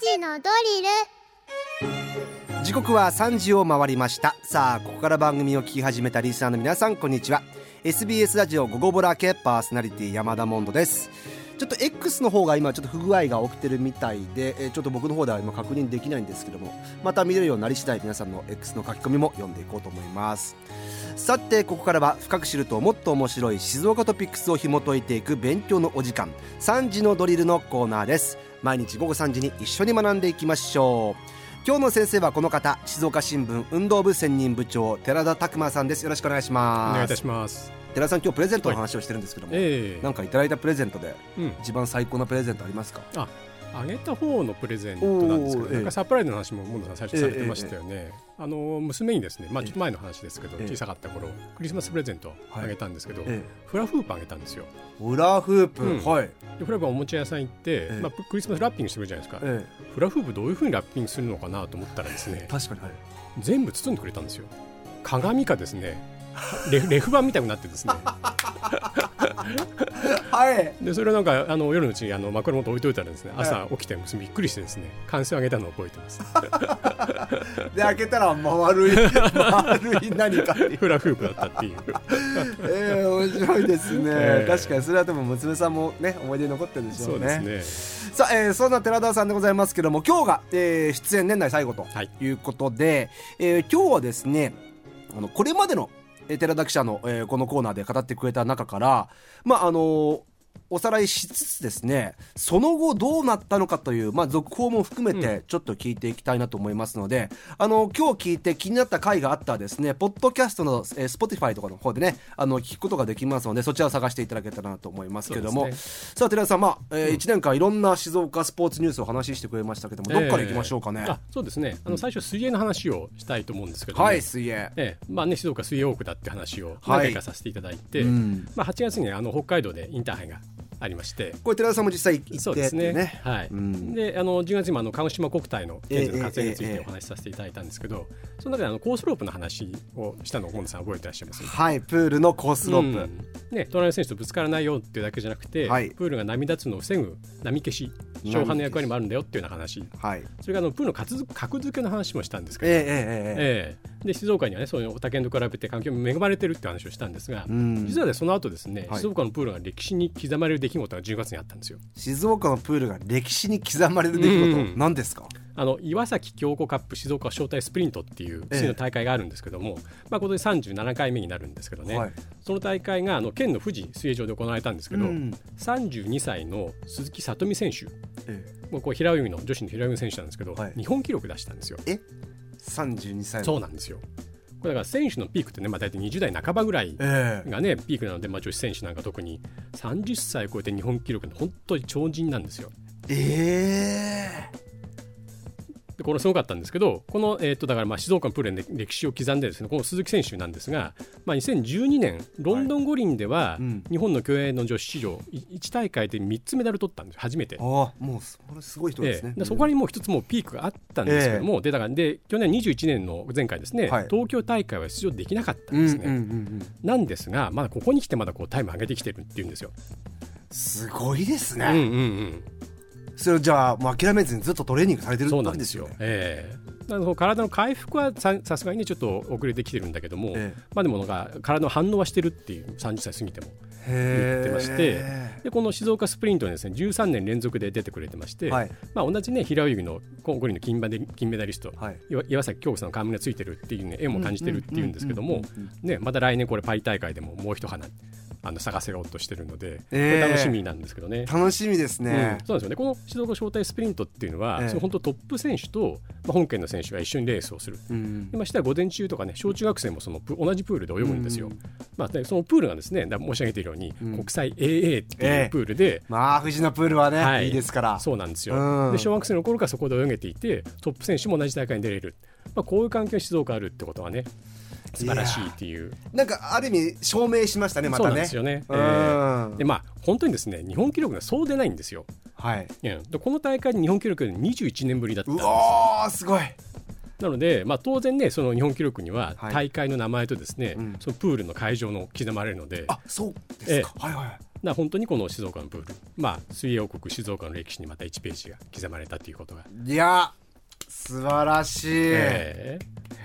時のドリル時刻は3時を回りましたさあここから番組を聞き始めたリスナーの皆さんこんにちは SBS ラジオ「ゴゴボラケ」パーソナリティ山田モンドですちょっと X の方が今ちょっと不具合が起きてるみたいでえーちょっと僕の方では今確認できないんですけどもまた見れるようになり次第皆さんの X の書き込みも読んでいこうと思いますさてここからは深く知るともっと面白い静岡トピックスを紐解いていく勉強のお時間3時のドリルのコーナーです毎日午後3時に一緒に学んでいきましょう今日の先生はこの方静岡新聞運動部専任部長寺田拓馬さんですよろしくお願いしおます願いいたします。寺田さん今日プレゼントの話をしてるんですけども、ええなんかいただいたプレゼントでうん、一番最高なプレゼントありますかあげた方のプレゼントなんですけおど、ーなんかサプライズの話もモンドさん最初されてましたよね。あの娘にですね、まあええちょっと前の話ですけど、ええ小さかった頃クリスマスプレゼントはいあげたんですけど、えフラフープあげたんですよ。え、フラフープ、うんはい、でフラフープはおもちゃ屋さん行って、ええまあクリスマスラッピングしてくるじゃないですか。えフラフープどういう風にラッピングするのかなと思ったらですえ、ね、確かにはい全部包んでくれたんですよ。鏡かですね、レフレフ板みたいになっ てですね。はいでそれをなんかあの夜のうちにあの枕元置いといたらですね朝起きて娘びっくりしてですね完成を上げたのを覚えてます で開けたら丸い 丸い何かにフラフープだっ たっていうええ面白いですね、ええ確かにそれはでも娘さんもね思い出に残ってるでしそょううねですさあ、えーそんな寺田さんでございますけども今日が、えー出演年内最後とはいいうことで、えー今日はですねあのこれまでのえー寺田記者の、えーこのコーナーで語ってくれた中からまああのーおさらいしつつですねその後どうなったのかという、まあ、続報も含めてちょっと聞いていきたいなと思いますので、あの今日聞いて気になった回があったらですねポッドキャストの、えー、Spotify とかの方でねあの聞くことができますのでそちらを探していただけたらなと思いますけども、そうでさあ寺田さん、まあえ1年間いろんな静岡スポーツニュースを話してくれましたけども、ねどっから行きましょうかねえ。えあそうですねあの最初水泳の話をしたいと思うんですけども、はい、水泳。ええまあね、静岡水曜区だって話をはい何回かさせていただいて、うんまあ、8月にあの北海道でインターハイがありまして、これ寺田さんも実際行ってそうですねねはいうんであの10月にもあの鹿児島国体の現在の活躍についええええてええお話しさせていただいたんですけど、その中であのコースロープの話をしたのを今野さん覚えてらっしゃいますはい、プールのコースロープ。うんね、隣の選手とぶつからないよっていうだけじゃなくて、はいプールが波立つのを防ぐ波消し勝敗の役割もあるんだよっていうような話はい。それからあのプールの格付格付けの話もしたんですけど、ええええええええで静岡にはねそういう他県と比べて環境に恵まれてるって話をしたんですが、うん実はねその後ですね、はい静岡のプールが歴史に刻まれる出来事が10月にあったんですよ。静岡のプールが歴史に刻まれる出来う事、ん何ですかあの岩崎京子カップ静岡招待スプリントっていうええ次の大会があるんですけども、まあ、今年37回目になるんですけどね、はいその大会があの県の富士水泳場で行われたんですけど、うん32歳の鈴木聡美選手えもうこう平泳ぎの女子の平泳ぎの選手なんですけど、はい日本記録出したんですよ。え32歳の。そうなんですよこれだから選手のピークってね、まあ、大体20代半ばぐらいええがねピークなので、まあ、女子選手なんか特に30歳超えて日本記録の本当に超人なんですよ。えでこれすごかったんですけど、この、えー、とだからまあ静岡のプールで歴史を刻んでです、ね、この鈴木選手なんですが、まあ、2012年、ロンドン五輪では、いうん日本の競泳の女子史上、1大会で3つメダル取ったんです、初めてえ。。ああ、もうそれすごい人ですえねえ。でそこにもう一つもうピークがあったんですけども、でだからで去年21年の前回ですね、はい東京大会は出場できなかったうんんでうすんね。うんうん。なんですが、まだここに来て、まだこうタイム上げてきてるっていうんですよ。すごいですうんうね。んうんそれをじゃあ、もう諦めずにずっとトレーニングされてるそうなわんけでですすよよ。。ええなのでこう体の回復はささすがにねちょっと遅れてきてるんだけども、ええまあでもなんか体の反応はしてるっていう30歳過ぎてもへ言ってましてでこの静岡スプリントにですね13年連続で出てくれてまして、はいまあ同じね平泳ぎの今五輪の金メダリ金メダリスト、はい岩岩崎京子さんの冠がついてるっていうね縁も感じてるっていうんですけどうんうもんうんうん、ねまた来年これパリ大会でももう一花あの探せようとしてるので、こええれ楽しみなんですけどね。楽しみですねうん、。そうなんですよねこの静岡招待スプリントっていうのは、ええその本当トップ選手と、まあ、本県の選手が一緒にレースをする。うんでましては午前中とかね小中学生もそのプ同じプールで泳ぐんですよ。うんまあ、でそのプールがですねだ申し上げているように、ん国際 AA ってえいえうプールで、まあ、富士のプールはね、、はいいいですから。そうなんですよ、うんで小学生の頃からそこで泳げていてトップ選手も同じ大会に出れる、まあ、こういう環境に静岡あるってことはね素晴らしいっていう。なんか、ある意味、証明しましたね、まそうたなんでね。すよね、うんええでまあ本当にですね日本記録がそうでないんですよ、はい。うんでこの大会に日本記録より21年ぶりだったんうですおー、すごい。なので、まあ、当然ね、その日本記録にははい大会の名前とですね、うんそのプールの会場の刻まれるので、あ、そうえでえすか。はいはい。な本当にこの静岡のプール、まあ、水泳王国静岡の歴史にまた1ページが刻まれたということが、いや素晴らしい、ええへ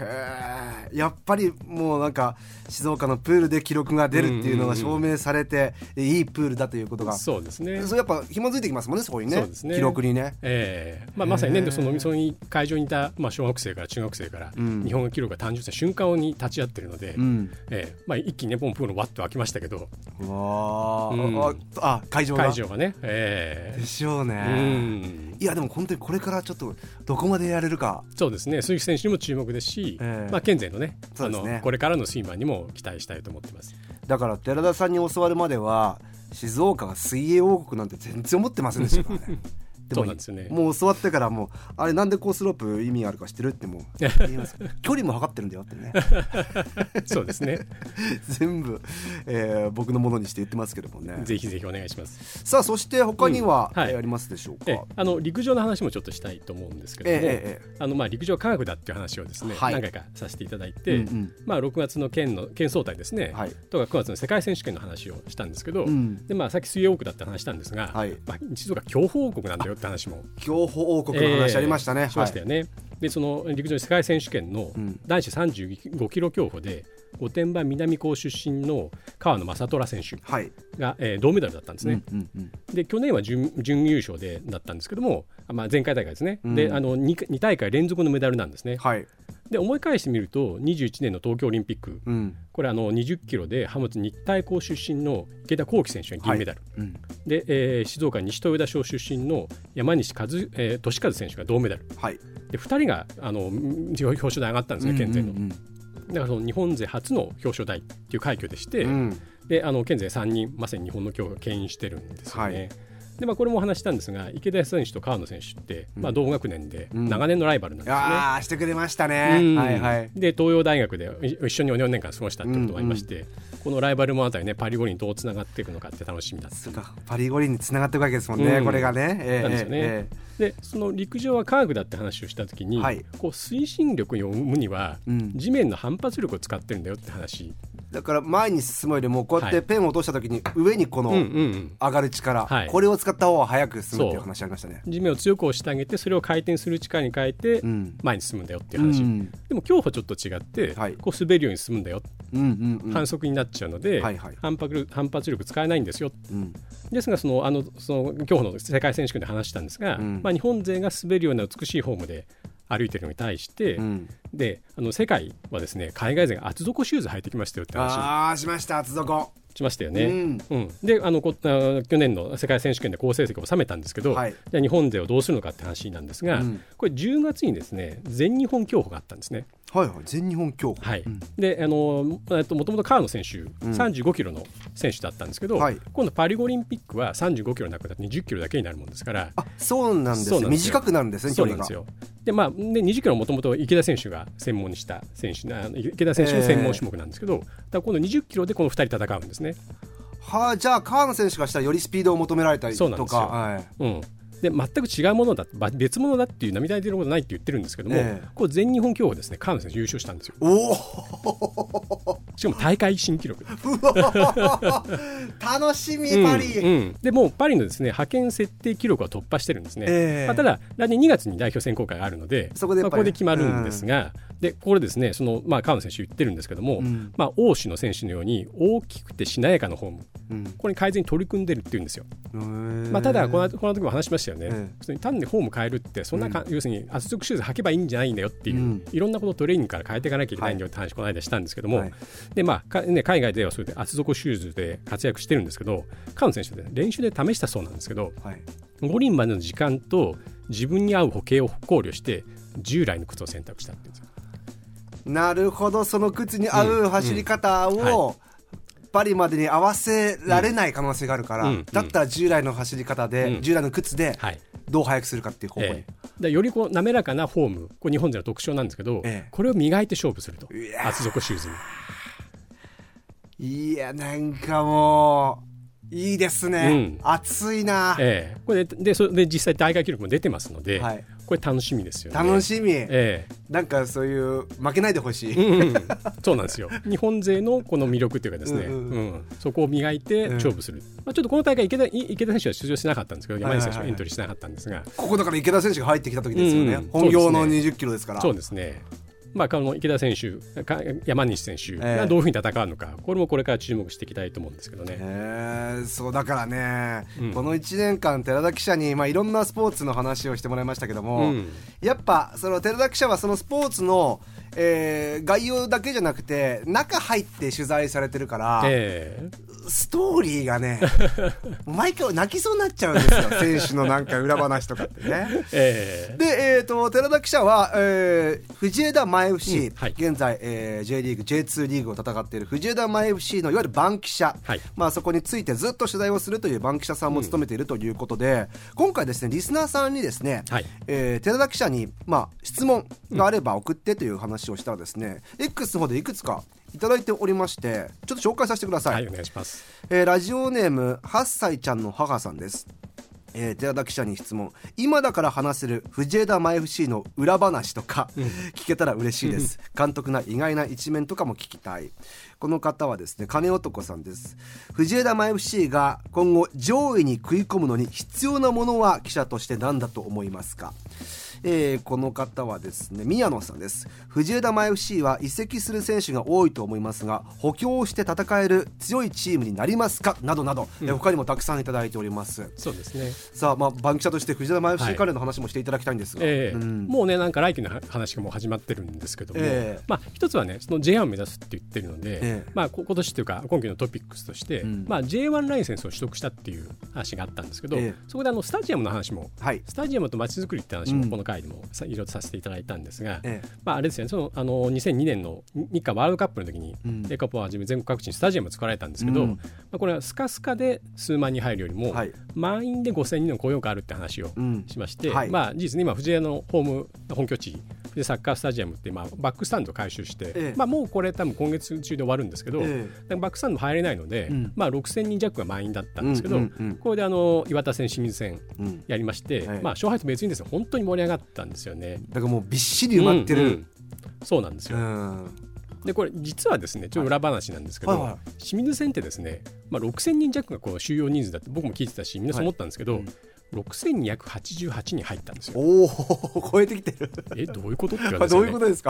えやっぱりもうなんか静岡のプールで記録が出るっていうのが証明されて、いいプールだということがそそうですね。れやっぱ紐づいてきますもんねそこにねそうですね記録にねええまあ、まさにね、でそのその会場にいた、まあ、小学生から中学生から、ん日本が記録が誕生した瞬間に立ち会ってるので、うんええまあ、一気にね、ポンプールのわっと開きましたけど、うわー、うんああ会場が会場がね、えでしょうね、えうん、いやでも本当にこれからちょっとどこまでやれるかそうですね、鈴木選手にも注目ですし、ええまあ、健全のねそうですねあの、これからのスイマーにも期待したいと思っ てます。だから寺田さんに教わるまでは静岡が水泳王国なんて全然思ってませんでしたからね そうなんですよねもう教わってからもうあれなんでこうスロープ意味あるか知ってる ってもう言います距離も測ってるんだよってねそうですね、全部、えー僕のものにして言ってますけどもねぜひぜひお願いします。 さあそして他には、うんはいえーありますでしょうかええあの陸上の話もちょっとしたいと思うんですけども、えええあのまあ陸上科学だっていう話をですね、はい何回かさせていただいて、うんうんまあ、6月の県の県総体ですね、はいとか9月の世界選手権の話をしたんですけど、うんでまあ、さっき水泳王国だって話したんですが、はいまあ、一度が競歩王国なんだよって話も競歩王国の話ありましたね、えーしましたよね、でその陸上世界選手権のうん男子35キロ競歩で御殿場南高出身の川野正虎選手はい、はいが、えー銅メダルだったんですね、うんうんうんで去年は準準優勝でだったんですけども、あまあ、前回大会ですね、うんであの 2, 2大会連続のメダルなんですね、はい、で思い返してみると、21年の東京オリンピック、うんこれあの、20キロで浜松日体高出身の池田光輝選手が銀メダル、うん、でえー静岡西豊田小出身の山西和、えー、俊和選手が銅メダル、はいで2人があのうん表表彰台上がったんですね、県勢の。うんだからその日本勢初の表彰台っていう快挙でして、うんうんうんであの県勢3人、まさに日本の競歩を牽引してるんですよね。はいでまあ、これもお話ししたんですが、池田選手と川野選手って、まあ、同学年でうん長年のライバルなんですよね。ああしてくれましたうねんはいはいで東洋大学でい一緒に4年間過ごしたってことがありまして、このライバルもあたりねパリ五輪どうつながっていくのかって楽しみだってそうかパリ五輪につながっていくわけですもんね、うんこれがね、ええなんですよねえでその陸上は科学だって話をした時に、はいこう推進力を生むには、うん地面の反発力を使ってるんだよって話、えだから前に進むよりもこうやってはいペンを落とした時に上にこのうんうんうん上がる力、はいこれを使った方が早く進むっていうそう話ありましたね地面を強く押してあげてそれを回転する力に変えてうん前に進むんだよっていう話、うんでも競歩ちょっと違って、はいこう滑るように進むんだよ、うんうんうん反則になっちゃうので、はいはい反発力反発力使えないんですようんですがそのあのその競歩の世界選手権で話したんですが、うんまあ、日本勢が滑るような美しいフォームで歩いてるのに対して、うんであの世界はですね海外勢が厚底シューズ履いてきましたよって話ああしました厚底しましたよね。うんうんであのこあの去年の世界選手権で好成績を収めたんですけど、はいじゃあ日本勢をどうするのかって話なんですが、うんこれ10月にですね全日本競歩があったんですね。はいはい全日本競歩はいうんであのえっともともと川野選手、35キロの選手だったんですけど、はい今度パリオリンピックは35キロなくなって20キロだけになるもんですから。あそうなんですそうなんですよ短くなるんですねそ距離うなんがですよでまあ、ね20キロはもともと池田選手が専門にした選手あの池田選手の専門種目なんですけど、だから今度20キロでこの2人戦うんですね。はあじゃあ川野選手がしたらよりスピードを求められたりそうなんとですよかはいうん、で全く違うものだば別物だっていう涙出ることないって言ってるんですけども、ええこう全日本競歩ですね川野選手優勝したんですよおおしかも大会新記録 楽しみうんパリ、うんでもうパリのですね派遣設定記録は突破してるんですね、ええまあ、ただ来年2月に代表選考会があるのでそこでやまっあ、ぱこりこで決まるんですが、でこれですねその、まあ、川野選手言ってるんですけども、んまあ、欧州の選手のように大きくてしなやかなフォームうんこれに改善に取り組んでるって言うんですよ、ままあ、ただこのこの時も話しましたよね、ええ普通に単にフォーム変えるってそんなか、要するに圧力シューズ履けばいいんじゃないんだよっていう、うんいろんなことをトレーニングから変えていかなきゃいけないんだよって話この間したんですけども、はいでまあかね、海外ではそれで厚底シューズで活躍してるんですけどカ野選手で練習で試したそうなんですけどはい、五輪までの時間と自分に合う歩型を考慮して従来の靴を選択したって言うんですよなるほどその靴に合う走り方んはをパリまでに合わせられない可能性があるから、うんだったら従来の走り方で、うん従来の靴ではいどう速くするかっていう方法に、ええでよりこう滑らかなフォームこれ日本勢の特徴なんですけど、ええこれを磨いて勝負するといやー厚底シューズに。いやなんかもういいですね、うん熱いな、ええこれででそれで実際大会記録も出てますので、はいこれ楽しみですよね。楽み、しみ、えなんかそういう負けないでほしい、えうんうん、そうなんですよ 日本勢のこの魅力というかですね、ううんんうそこを磨いて勝負する、まあ、ちょっとこの大会池田い池田選手は出場しなかったんですけどはいは山い西はい選手はエントリーしなかったんですが、ここだから池田選手が入ってきた時ですよね、うんうん本業のそうで20キロですからそうですね、まあ、この池田選手か山西選手ええがどういうふうに戦うのか、これもこれから注目していきたいと思うんですけどね。へえそうだからね、うんこの1年間寺田記者に、まあ、いろんなスポーツの話をしてもらいましたけども、うんやっぱその寺田記者はそのスポーツの、えー概要だけじゃなくて中入って取材されてるから、えストーリーが ね毎回泣きそうになっちゃうんですよ選手のなんか裏話とかってね。えええで、えー、と寺田記者は、えー藤枝前 FC、うんはい現在、えー J リーグ J2 リーグを戦っている藤枝前 FC のいわゆる番記者、はいまあ、そこについてずっと取材をするという番記者さんも務めているということで、今回ですねリスナーさんにですね、はいえー寺田記者に、まあ、質問があれば送ってという話をしたらですね、X の方でいくつかいただいておりましてちょっと紹介させてくださはい、お願いします。えーラジオネーム8歳ちゃんの母さんです、えー寺田記者に質問今だから話せる藤枝前 FC の裏話とか、聞けたら嬉しいです監督の意外な一面とかも聞きたいこの方はですね金男さんです藤枝前 FC が今後上位に食い込むのに必要なものは記者として何だと思いますかえーこの方はですね宮野さんです藤枝前 FC は移籍する選手が多いと思いますが補強して戦える強いチームになりますかなどなど、えー他にもたくさんいただいておりますそうですね。さあまあ番記者として藤枝前 FC はい関連の話もしていただきたいんですが、ええうんもうね、なんか来季の話がもう始まってるんですけども、ええまあ、一つはね、その J1 を目指すって言ってるので、ええまあ、こ今年というか、今期のトピックスとして、んまあ、J1 ライセンスを取得したっていう話があったんですけど、ええそこであのスタジアムの話も、はいスタジアムと街づくりって話うんも、この回でもさいろいろとさせていただいたんですが、ええまあ、あれですよね、そのあの2002年の日韓ワールドカップの時に、うんエカポをはじめ全国各地にスタジアム作られたんですけど、うんまあ、これはスカスカで数万人入るよりも、はい満員で5000人の雇用があるって話をうんしまして、はいまあ、事実に今、藤枝のホーム本拠地、でサッカースタジアムって、まあ、バックスタンドを回収して、ええまあ、もうこれ、多分今月中で終わるんですけど、えバックスタンドも入れないので、うんまあ、6000人弱が満員だったんですけど、うんうんうんこれであの岩田戦、清水戦うんやりまして、えまあ、勝敗と別にです、ね、本当に盛り上がったんですよね。だからもうびっしり埋まってうんうるんそうなんですうよ、ん、でこれ実はですねちょっと裏話なんですけど、はいはいはい清水線ってですね、まあ、6000人弱がこう収容人数だって僕も聞いてたし皆さん思ったんですけど、6288人入ったんですよ。おお超えてきてるえどういうことって言わこれれたんで すどうよねいうことです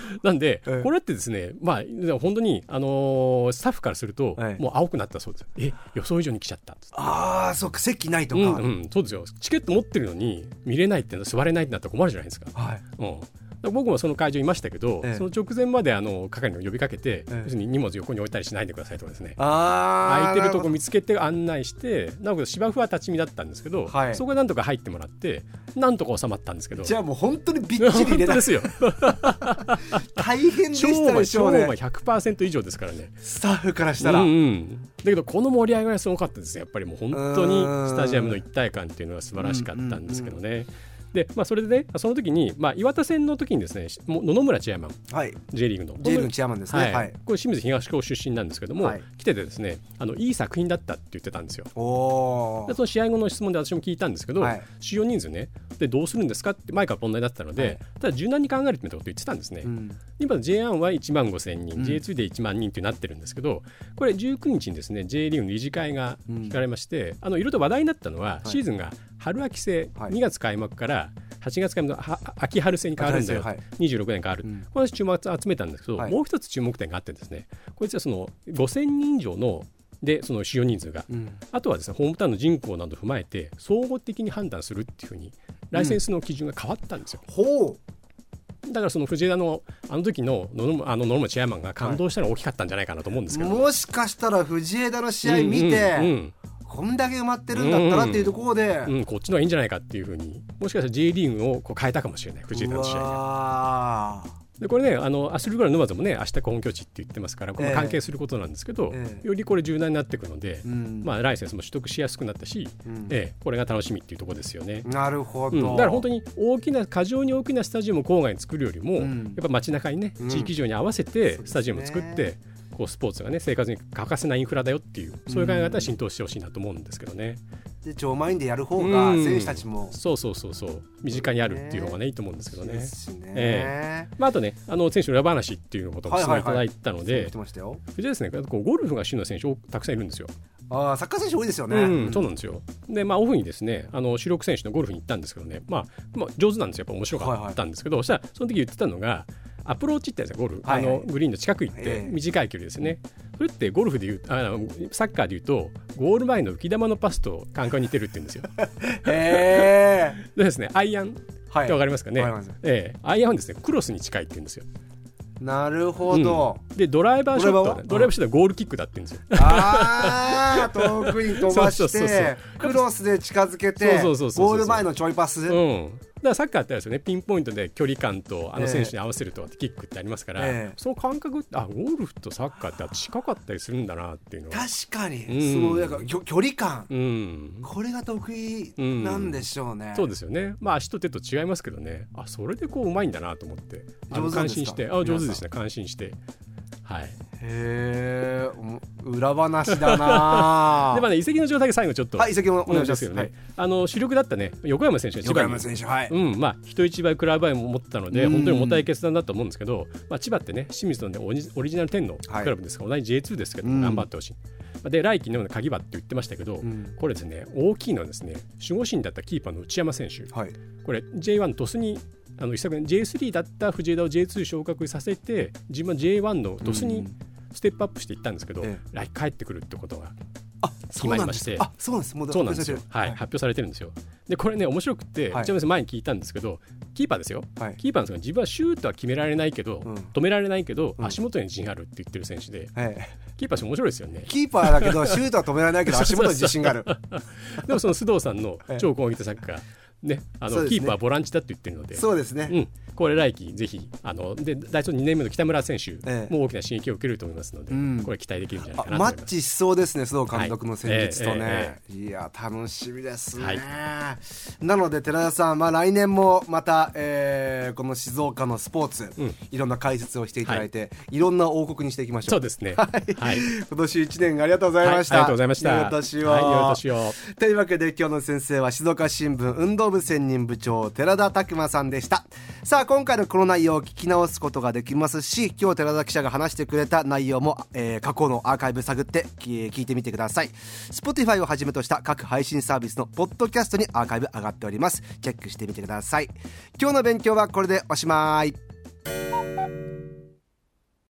か なんで、ええこれってですね、まあ、でも本当に、あのースタッフからすると、ええもう青くなったそうです。え予想以上に来ちゃったっつってああそうか席ないとうか、ん、うん、そうですよ。チケット持ってるのに見れないって座れないってなったら困るじゃないですか。はいうん、だから僕もその会場いましたけど、ええその直前まであの係の呼びかけて、え要するに荷物横に置いたりしないでくださいとかですねああ空いてるとこ見つけて案内してなおかつ芝生は立ち見だったんですけど、はいそこでなんとか入ってもらってなんとか収まったんですけどじゃあもう本当にびっちり入れ 本当たですよ大変で超したでしょうね超100%以上ですからねスタッフからしたら、うんうん、だけどこの盛り上がりはすごかったですねやっぱりもう本当にうんスタジアムの一体感っていうのは素晴らしかったんですけどね、で、まあ、それでねその時に、まあ、岩田戦の時にですねもう野々村チェアマンはい J リーグの J リーグのチェアマンですねはいはいこれ清水東高出身なんですけども、はい来ててですねあのいい作品だったって言ってたんですよおおでその試合後の質問で私も聞いたんですけど、はい収容人数ねでどうするんですかって前から問題だったので、はいただ柔軟に考えるみたいなこと言ってたんですね、今 J1 は1万5000人、J2 で1万人ってなってるんですけどこれ19日にですね J リーグの理事会が開かれまして、あのいろいろと話題になったのは、シーズンが春秋制、はい2月開幕から8月開幕のは秋春制に変わるんだよ、はい26年変わる、この話注目集めたんですけど、はいもう一つ注目点があってですねこいつはその5000人以上のでその使用人数が、んあとはですねホームタウンの人口などを踏まえて総合的に判断するっていうふうにライセンスの基準が変わったんですよ。ほだからその藤枝のあの時の野々村あの野々村チェアマンが感動したのが大きかったんじゃないかなと思うんですうけど、もしかしたら藤枝の試合見て、うんうんこんだけ埋まってるんだったらっていうところで、ううんうんこっちの方がいいんじゃないかっていうふうにもしかしたら J リーグをこう変えたかもしれない藤枝の試合が。わーでこれねあのアスルグラの沼津もね明日本拠地って言ってますからこれええも関係することなんですけど、ええよりこれ柔軟になっていくので、うんまあ、ライセンスも取得しやすくなったし、ええこれが楽しみっていうところですよね。なるほど、うん、だから本当に大きな過剰に大きなスタジアムを郊外に作るよりも、んやっぱ街中にねん地域上に合わせてスタジアムを作っそて、うですこうスポーツがね生活に欠かせないインフラだよっていうそういう考え方は浸透してほしいなと思うんですけどね、で超満員でやる方がうん選手たちもそうそうそうそう身近にあるっていう方がねいいと思うんですけどでね。すしね、えまあ、あとねあの選手の裏話っていうことをお勧めいただいたのそう言でってましたようちですねこうゴルフが趣味の選手多くたくさんいるんですよ。ああサッカー選手多いですよね、うん、そうなんですよ。で、まあ、オフにですね、あの主力選手のゴルフに行ったんですけどね、まあ、まあ、上手なんですよ、やっぱ面白かったんですけど、そしたら、その時言ってたのが、アプローチってやつゴルフ、はいはいあのグリーンの近く行っえてえ、短い距離ですね、それってゴルフでいうあの、サッカーでいうと、ゴール前の浮き球のパスと感覚に似てるって言うん ですよ。へえでですね、アイアンってはい分かりますかね、わかりますええアイアンはですね、クロスに近いって言うんですよ。なるほど、で、ドライバーショットはね、ドドラライバーはイバーショットはゴールキックだって言うんですよ。ああ遠くに飛ばそうしそうそうてそクロスで近づけてそうそうそうそうそうゴール前のちょいパス、うん、だからサッカーってあれですよねピンポイントで距離感とあえのえ選手に合わせるとかってキックってありますから、ええその感覚ってあゴルフとサッカーって近かったりするんだなっていうのは、確かに、うんそのなんかきょ距離感、うん、これが得意なんでしょうね、そうですよねまあ足と手と違いますけどねあそれでこううまいんだなと思ってあの上手なんですか感心してあ上手ですね感心してはいへえおも裏話 だなあでまあね移籍の状態最後ちょっと、はい移籍もお願いしますですよね、はいあの主力だったね横山選手が横千葉に山選手はい、うんまあ、人一倍、クラブ倍も持ってたので、うん本当に重たい決断だと思うんですけど、まあ、千葉ってね、清水の、ね、オリジオリジナル10のクラブですから、同じ J2 ですけど、うん頑張ってほしい。まあで、来季の鍵はって言ってましたけど、うんこれですね、大きいのはですね、守護神だったキーパーの内山選手、はい、これ、J1 鳥栖に、あの一昨年 J3 だった藤枝を J2 昇格させて、自分は J1 の鳥栖うにんステップアップしていったんですけど、え来季帰ってくるってことがあそ決うまなりんまでしすてあそうなんですもうそうなんですよ、発表されはい、て発表されてるんですよ。で、これね、面白くて、はい内山さん、前に聞いたんですけど、キーパーですよ、るはいキーパーの人が自分はシュートは決められないけど、うん止められないけど、うん足元に自信があるって言ってる選手で、はい、はい。キーパーの人面白いですよね キーパーだけどシュートは止められないけど足元に自信があるでもその須藤さんの ええ超攻撃的サッカー、ね、あそうのですねキーパーはボランチだって言ってるの で。そうですね、うん、これ来季ぜひあので大卒2年目の北村選手ええも大きな刺激を受けると思いますので、うんこれ期待できるんじゃないかあなとマ思いッます。チしそうですね須藤監督の戦術とね、はいいや楽しみですね、はいなので寺田さん、まあ、来年もまた、えーこの静岡のスポーツ、うんいろんな解説をしていただいて、い、ろんな王国にしていきましょそううですね。ははいい、はい、今年1年ありがとうございありまがした、とうございました。良いお年を、はい、良いお年を。というわけで今日の先生は静岡新聞運動部専任部長寺田拓馬さんでしたさあ今回のこの内容を聞き直すことができますし今日寺田記者が話してくれた内容も、えー過去のアーカイブ探ってき聞いてみてください Spotify をはじめとした各配信サービスのポッドキャストにアーカイブ上がっておりますチェックしてみてください今日の勉強はこれでおしまい